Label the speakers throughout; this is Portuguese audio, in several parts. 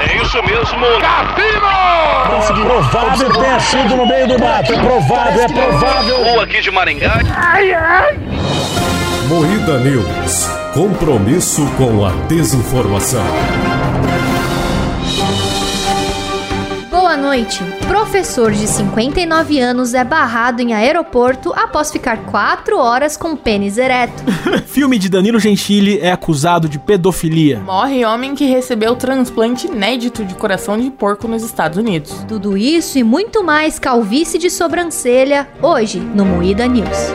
Speaker 1: É isso mesmo, Capino!
Speaker 2: Conseguiu. Provável ter sido no meio do mato. É provável, é provável.
Speaker 1: Ou aqui de Maringá.
Speaker 3: Moída News. Compromisso com a desinformação.
Speaker 4: Boa noite. Professor de 59 anos é barrado em aeroporto após ficar 4 horas com pênis ereto.
Speaker 5: Filme de Danilo Gentili é acusado de pedofilia.
Speaker 6: Morre homem que recebeu transplante inédito de coração de porco nos Estados Unidos.
Speaker 4: Tudo isso e muito mais calvície de sobrancelha hoje no Moída News.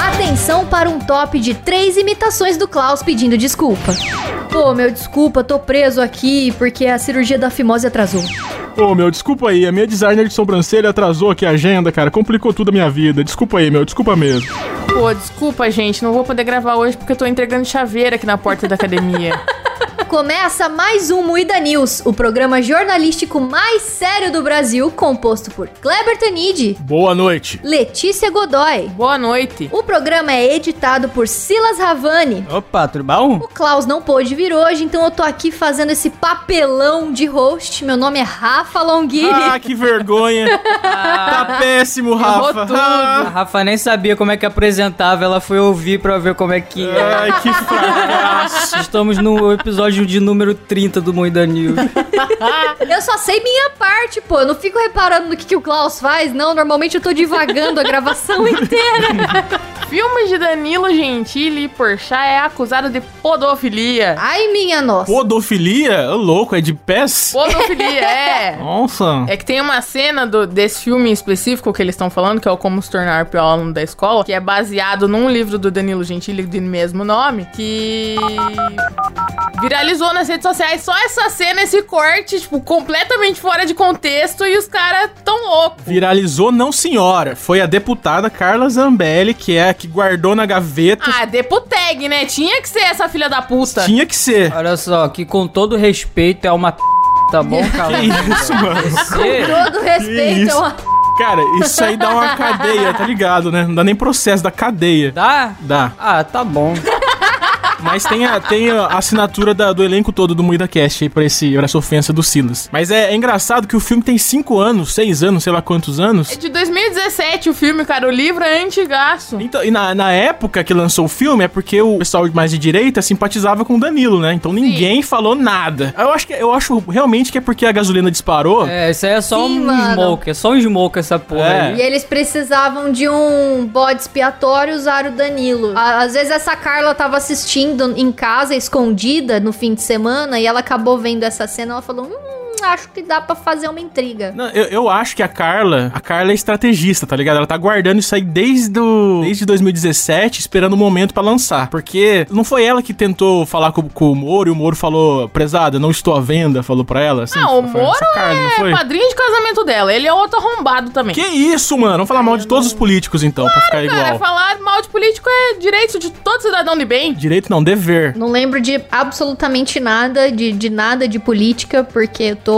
Speaker 4: Atenção para um top de três imitações do Klaus pedindo desculpa. Pô, meu desculpa, tô preso aqui porque a cirurgia da fimose atrasou.
Speaker 5: Ô, meu, desculpa aí. A minha designer de sobrancelha atrasou aqui a agenda, cara. Complicou tudo a minha vida. Desculpa aí, meu. Desculpa mesmo.
Speaker 6: Pô, desculpa, gente, não vou poder gravar hoje porque eu tô entregando chaveira aqui na porta da academia.
Speaker 4: Começa mais um Moída News, o programa jornalístico mais sério do Brasil, composto por Kleber Tanide,
Speaker 5: Boa noite.
Speaker 4: Letícia Godoy.
Speaker 6: Boa noite.
Speaker 4: O programa é editado por Silas Ravani.
Speaker 7: Opa, tudo bom?
Speaker 4: O Klaus não pôde vir hoje, então eu tô aqui fazendo esse papelão de host. Meu nome é Rafa Longhi.
Speaker 5: Ah, que vergonha.
Speaker 7: Ah.
Speaker 5: tá péssimo, Rafa.
Speaker 6: tudo.
Speaker 7: A
Speaker 5: Ah,
Speaker 7: Rafa nem sabia como é que apresentava, ela foi ouvir pra ver como é que é.
Speaker 5: Ai, que fracasso.
Speaker 7: Estamos no episódio de número 30 do Moída News.
Speaker 4: Eu só sei minha parte, pô. Eu não fico reparando no que, que o Klaus faz, não. Normalmente eu tô divagando a gravação inteira.
Speaker 6: Filme de Danilo Gentili por chá é acusado de
Speaker 5: Ah,
Speaker 6: podofilia.
Speaker 4: Ai, minha nossa.
Speaker 5: Podofilia? Ô, louco, é de pés?
Speaker 6: Podofilia, é.
Speaker 5: Nossa.
Speaker 6: É que tem uma cena do- desse filme específico que eles estão falando, que é o Como se Tornar o Pior Aluno da Escola, que é baseado num livro do Danilo Gentili de mesmo nome, que viralizou nas redes sociais só essa cena, esse corte, tipo, completamente fora de contexto e os caras tão loucos.
Speaker 5: Viralizou não senhora. Foi a deputada Carla Zambelli, que é a que guardou na gaveta.
Speaker 6: Ah, deputeg, né? Tinha que ser essa filha da puta.
Speaker 5: Tinha que ser.
Speaker 7: Olha só, que com todo respeito é uma p... tá bom, Carlos?
Speaker 5: Que isso, mano.
Speaker 7: Você-
Speaker 4: Todo respeito.
Speaker 5: isso?
Speaker 4: é uma-
Speaker 5: Cara, isso aí dá uma cadeia, tá ligado, né? Não dá nem processo, dá cadeia.
Speaker 7: Tá?
Speaker 5: Dá.
Speaker 7: Ah, tá bom.
Speaker 5: Mas tem a, tem a assinatura da- do elenco todo do Moída Cast aí pra, esse, pra essa ofensa do Silas. Mas é, é engraçado que o filme tem 5 anos, 6 anos, sei lá quantos
Speaker 6: É
Speaker 5: anos.
Speaker 6: de 2017 o filme, cara. O livro é antigaço.
Speaker 5: Então, e na, na época que lançou o filme é porque o pessoal mais de direita simpatizava com o Danilo, né? Então ninguém falou nada. Eu acho, que, eu acho realmente que é porque a gasolina disparou.
Speaker 7: É, isso aí é só
Speaker 4: Sim,
Speaker 7: um
Speaker 4: mano.
Speaker 7: smoke, é só um smoke essa porra
Speaker 5: É.
Speaker 7: aí.
Speaker 4: E eles precisavam de um bode expiatório usar o Danilo. À- Às vezes essa Carla tava assistindo em casa, escondida, no fim de semana, e ela acabou vendo essa cena, ela falou, hum, acho que dá pra fazer uma intriga.
Speaker 5: Não, eu, eu acho que a Carla, a Carla é estrategista, tá ligado? Ela tá guardando isso aí desde, o, desde 2017, esperando o momento pra lançar. Porque não foi ela que tentou falar com, com o Moro e o Moro falou, prezada, não estou à venda, falou pra ela. Assim,
Speaker 6: Ah, o
Speaker 5: foi- foi
Speaker 6: Moro
Speaker 5: essa Carla, não
Speaker 6: É
Speaker 5: foi?
Speaker 6: padrinho de casamento dela. Ele é outro arrombado também.
Speaker 5: Que isso, mano? Vamos falar mal de todos os políticos então, pra ficar
Speaker 6: Cara, é
Speaker 5: igual.
Speaker 6: falar mal de político é direito de todo cidadão de bem.
Speaker 5: Direito não, dever.
Speaker 4: Não lembro de absolutamente nada, de, de nada de política, porque eu tô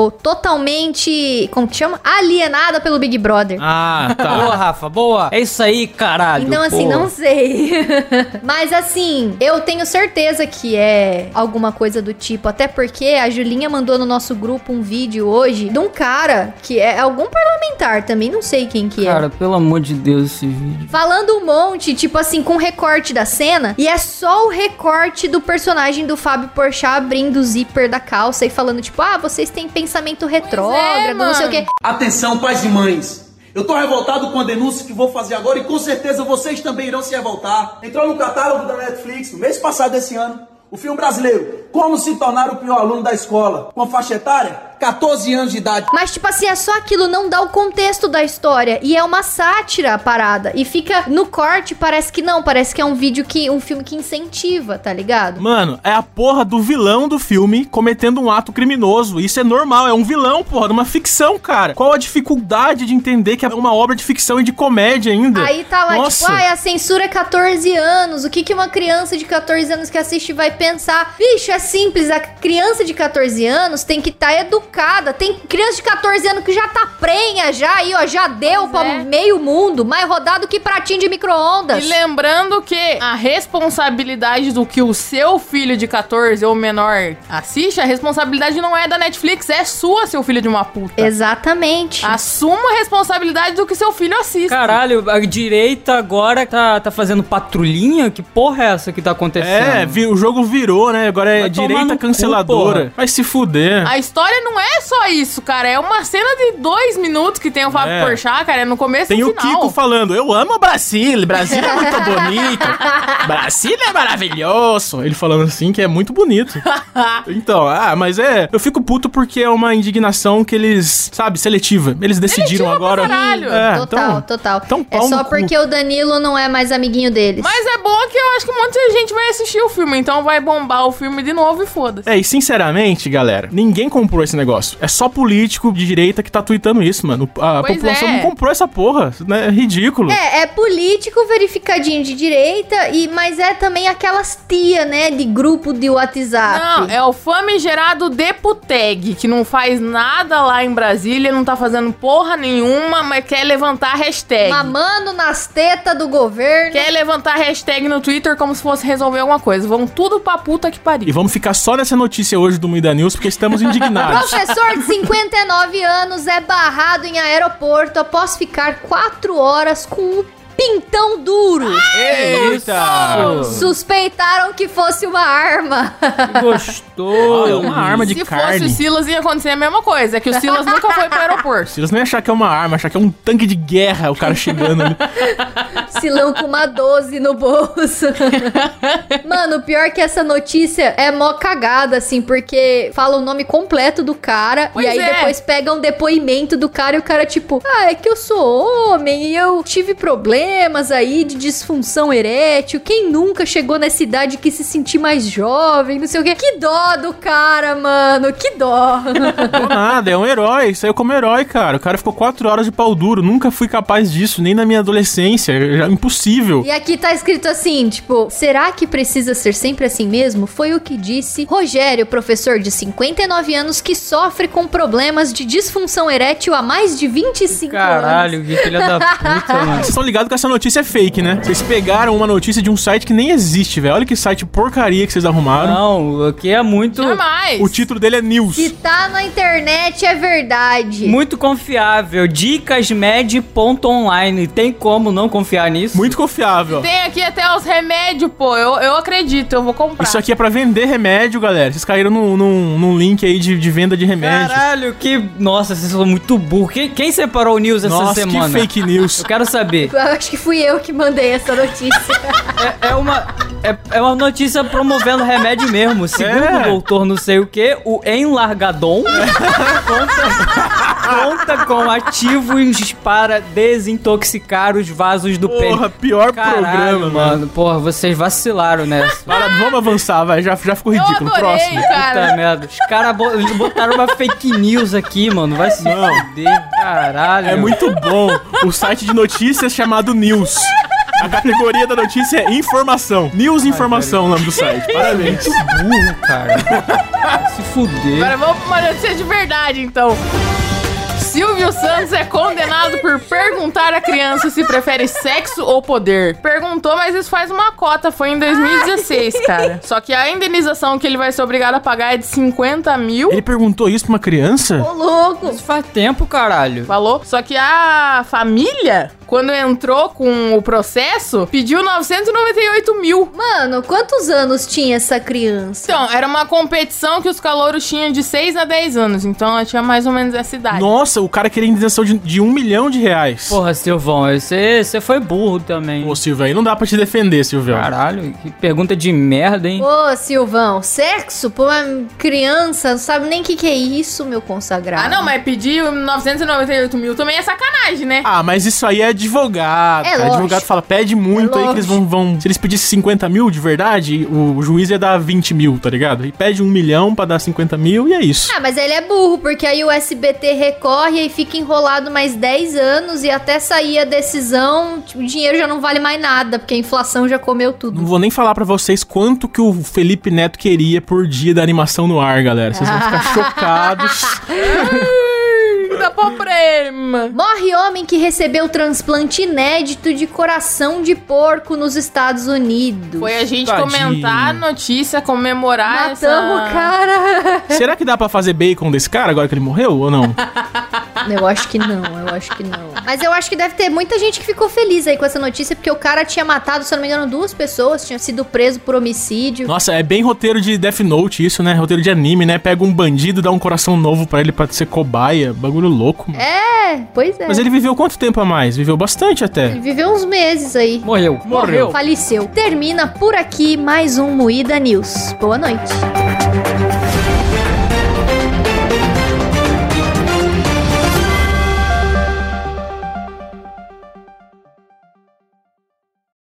Speaker 4: totalmente, como que chama? Alienada pelo Big Brother.
Speaker 5: Ah, tá.
Speaker 7: Boa, Rafa, boa. É isso aí, caralho.
Speaker 4: Então, assim,
Speaker 7: pô.
Speaker 4: não sei. Mas, assim, eu tenho certeza que é alguma coisa do tipo. Até porque a Julinha mandou no nosso grupo um vídeo hoje de um cara que é algum parlamentar também, não sei quem que é.
Speaker 7: Cara, pelo amor de Deus, esse vídeo.
Speaker 4: Falando um monte, tipo assim, com recorte da cena. E é só o recorte do personagem do Fábio Porchat abrindo o zíper da calça e falando, tipo, ah, vocês têm pensamento retrógrado, não sei o quê.
Speaker 8: Atenção, pais e mães. Eu tô revoltado com a denúncia que vou fazer agora e com certeza vocês também irão se revoltar. Entrou no catálogo da Netflix no mês passado desse ano o filme brasileiro Como se tornar o pior aluno da escola, com a faixa etária 14 anos de idade.
Speaker 4: Mas, tipo assim, é só aquilo, não dá o contexto da história. E é uma sátira a parada. E fica no corte, parece que não, parece que é um vídeo que. um filme que incentiva, tá ligado?
Speaker 5: Mano, é a porra do vilão do filme cometendo um ato criminoso. Isso é normal, é um vilão, porra, numa ficção, cara. Qual a dificuldade de entender que é uma obra de ficção e de comédia ainda?
Speaker 4: Aí tá lá,
Speaker 5: Nossa.
Speaker 4: tipo, ai, a censura é 14 anos. O que, que uma criança de 14 anos que assiste vai pensar? Bicho, é é simples, a criança de 14 anos tem que estar educada. Tem criança de 14 anos que já tá prenha já aí, ó, já deu
Speaker 6: Pois
Speaker 4: pra
Speaker 6: é.
Speaker 4: meio mundo, mais rodado que pratinho de micro-ondas.
Speaker 6: E lembrando que a responsabilidade do que o seu filho de 14 ou menor assiste, a responsabilidade não é da Netflix, é sua, seu filho de uma puta. Ah,
Speaker 4: Exatamente.
Speaker 6: Assuma a responsabilidade do que seu filho assiste.
Speaker 7: Caralho, a direita agora tá, tá fazendo patrulhinha? Que porra é essa que tá acontecendo?
Speaker 5: É, vi- o jogo virou, né? Agora é
Speaker 7: Vai tomar no
Speaker 5: direita
Speaker 7: cu,
Speaker 5: canceladora.
Speaker 7: porra.
Speaker 5: Vai se fuder.
Speaker 6: A história não é só isso, cara. É uma cena de dois minutos que tem o Fábio
Speaker 5: É.
Speaker 6: Porchat, cara. É no começo
Speaker 5: Tem
Speaker 6: e no
Speaker 5: o
Speaker 6: final.
Speaker 5: Kiko falando, eu amo o Brasil, Brasil é muito bonito, Brasil é maravilhoso. Ele falando assim que é muito bonito. Então, ah, mas é, eu fico puto porque é uma indignação que eles, sabe, seletiva. Eles decidiram
Speaker 6: Seletiva pra
Speaker 5: agora.
Speaker 6: caralho.
Speaker 5: É,
Speaker 4: total,
Speaker 5: então,
Speaker 4: total.
Speaker 5: então
Speaker 4: é
Speaker 5: pau
Speaker 4: só
Speaker 5: no cu.
Speaker 4: porque o Danilo não é mais amiguinho deles.
Speaker 6: Mas é bom que eu acho que um monte de gente vai assistir o filme, então vai bombar o filme de novo e foda-se.
Speaker 5: É, e sinceramente, galera, ninguém comprou esse negócio. É só político de direita que tá tweetando isso, mano. A
Speaker 6: Pois
Speaker 5: população
Speaker 6: é.
Speaker 5: não comprou essa porra, né? É ridículo.
Speaker 4: É, é político verificadinho de direita, e mas é também aquelas tia, né, de grupo de WhatsApp.
Speaker 6: Não, é o famigerado Deputeg, que não faz nada lá em Brasília, não tá fazendo porra nenhuma, mas quer levantar a
Speaker 5: é
Speaker 6: hashtag.
Speaker 5: né?
Speaker 4: Mamando nas tetas do governo.
Speaker 6: Quer levantar a hashtag no Twitter como se fosse resolver alguma coisa. Vão tudo pra puta que
Speaker 5: E
Speaker 6: pariu.
Speaker 5: vamos ficar só nessa notícia hoje do Muida News porque estamos indignados.
Speaker 4: Professor de 59 anos é barrado em aeroporto após ficar 4 horas com um pintão duro.
Speaker 5: Eita!
Speaker 4: Suspeitaram que fosse uma arma.
Speaker 7: Que gostoso.
Speaker 5: É uma arma de
Speaker 6: se
Speaker 5: carne.
Speaker 6: fosse o Silas, ia acontecer a mesma coisa. É que o Silas nunca foi pro aeroporto.
Speaker 5: Silas não ia achar que é uma arma, achar que é um tanque de guerra o cara chegando ali.
Speaker 4: Silão com uma 12 no bolso. Mano, o pior é que essa notícia é mó cagada, assim, porque fala o nome completo do cara
Speaker 6: Pois
Speaker 4: e aí
Speaker 6: é.
Speaker 4: depois pega um depoimento do cara e o cara, tipo, ah, é que eu sou homem e eu tive problemas aí de disfunção erétil. Quem nunca chegou nessa idade que se sentir mais jovem, não sei o quê. Que dó do cara, mano, que dó.
Speaker 5: Não nada, é um herói, saiu como herói, cara. O cara ficou quatro horas de pau duro, nunca fui capaz disso, nem na minha adolescência, é já, impossível.
Speaker 4: E aqui tá escrito assim, tipo, será que precisa ser sempre assim mesmo? Foi o que disse Rogério, professor de 59 anos que sofre com problemas de disfunção erétil há mais de 25 anos.
Speaker 7: Caralho, que filha da puta, mano.
Speaker 5: Vocês estão ligados que essa notícia é fake, né? Vocês pegaram uma notícia de um site que nem existe, velho. Olha que site porcaria que vocês arrumaram.
Speaker 7: Não, aqui é muito,
Speaker 6: Jamais.
Speaker 5: O título dele é News.
Speaker 4: Se tá na internet é verdade.
Speaker 7: muito confiável. Dicasmed.online. Tem como não confiar nisso?
Speaker 5: Muito confiável.
Speaker 6: Tem aqui até os remédios, pô. Eu, eu acredito, eu vou comprar.
Speaker 5: Isso aqui é pra vender remédio, galera. Vocês caíram num, num, num link aí de, de venda de remédio.
Speaker 7: Caralho, que. Nossa, vocês são muito burros. Quem, quem separou o news essa
Speaker 5: Nossa,
Speaker 7: semana?
Speaker 5: que fake news.
Speaker 7: Eu quero saber.
Speaker 4: Eu acho que fui eu que mandei essa notícia.
Speaker 7: É, é uma. É, é uma notícia promovendo remédio mesmo. Segundo
Speaker 5: É.
Speaker 7: o doutor não sei o que, o Enlargadon conta, conta com ativos para desintoxicar os vasos do
Speaker 5: Porra,
Speaker 7: pênis.
Speaker 5: pior
Speaker 7: Caralho,
Speaker 5: programa, né? mano.
Speaker 7: mano. Porra, vocês vacilaram né? nessa.
Speaker 5: Para, vamos avançar, vai. Já, já ficou
Speaker 6: Eu
Speaker 5: ridículo.
Speaker 6: adorei,
Speaker 5: Próximo.
Speaker 6: cara.
Speaker 7: Puta merda. Os caras bo- eles botaram uma fake news aqui, mano. Vai se fuder, caralho.
Speaker 5: É muito bom o site de notícias chamado News. A categoria da notícia é informação. News Informação, o nome do site. Parabéns.
Speaker 7: burro, cara. Vai se fuder.
Speaker 6: Agora vamos pra uma notícia de verdade, então. Silvio Santos é condenado por perguntar à criança se prefere sexo ou poder. Perguntou, mas isso faz uma cota. Foi em 2016, cara. Só que a indenização que ele vai ser obrigado a pagar é de 50 mil.
Speaker 5: Ele perguntou isso pra uma criança?
Speaker 4: Ô, louco.
Speaker 7: Isso faz tempo, caralho.
Speaker 6: Falou. Só que a família, quando entrou com o processo, pediu 998 mil.
Speaker 4: Mano, quantos anos tinha essa criança?
Speaker 6: Então, era uma competição que os calouros tinham de 6 a 10 anos. Então, ela tinha mais ou menos essa idade.
Speaker 5: Nossa, o cara queria indenização de, de um milhão de reais.
Speaker 7: Porra, Silvão, você, você foi burro também.
Speaker 5: Ô, Silvio, aí não dá pra te defender, Silvio.
Speaker 7: Caralho, que pergunta de merda, hein?
Speaker 4: Ô, Silvão, sexo pra uma criança, não sabe nem o que, que é isso, meu consagrado.
Speaker 6: Ah, não, mas pedir 998 mil também é sacanagem, né?
Speaker 5: Ah, mas isso aí é advogado.
Speaker 4: É
Speaker 5: cara.
Speaker 4: lógico.
Speaker 5: Advogado fala, pede muito
Speaker 4: É
Speaker 5: aí que eles vão, vão- Se eles pedissem 50 mil de verdade, o juiz ia dar 20 mil, tá ligado? E pede um milhão pra dar 50 mil e é isso.
Speaker 4: Ah, mas ele é burro, porque aí o SBT Record morre e fica enrolado mais 10 anos e até sair a decisão, tipo, o dinheiro já não vale mais nada, porque a inflação já comeu tudo.
Speaker 5: Não vou nem falar pra vocês quanto que o Felipe Neto queria por dia da animação no ar, galera. Vocês vão ficar chocados.
Speaker 6: Dá problema.
Speaker 4: Morre homem que recebeu transplante inédito de coração de porco nos Estados Unidos.
Speaker 6: Foi a gente
Speaker 5: Tadinho.
Speaker 6: comentar a notícia, comemorar
Speaker 4: Matamos o
Speaker 6: essa...
Speaker 4: cara.
Speaker 5: Será que dá pra fazer bacon desse cara agora que ele morreu ou não?
Speaker 4: Eu acho que não, eu acho que não. Mas eu acho que deve ter muita gente que ficou feliz aí com essa notícia, porque o cara tinha matado, se eu não me engano, duas pessoas, tinha sido preso por homicídio.
Speaker 5: Nossa, é bem roteiro de Death Note isso, né? Roteiro de anime, né? Pega um bandido, dá um coração novo pra ele pra ser cobaia. Bagulho louco, mano.
Speaker 4: É, pois é.
Speaker 5: Mas ele viveu quanto tempo a mais? Viveu bastante até.
Speaker 4: Ele viveu uns meses aí.
Speaker 7: Morreu.
Speaker 4: Faleceu. Termina por aqui mais um Moída News. Boa noite.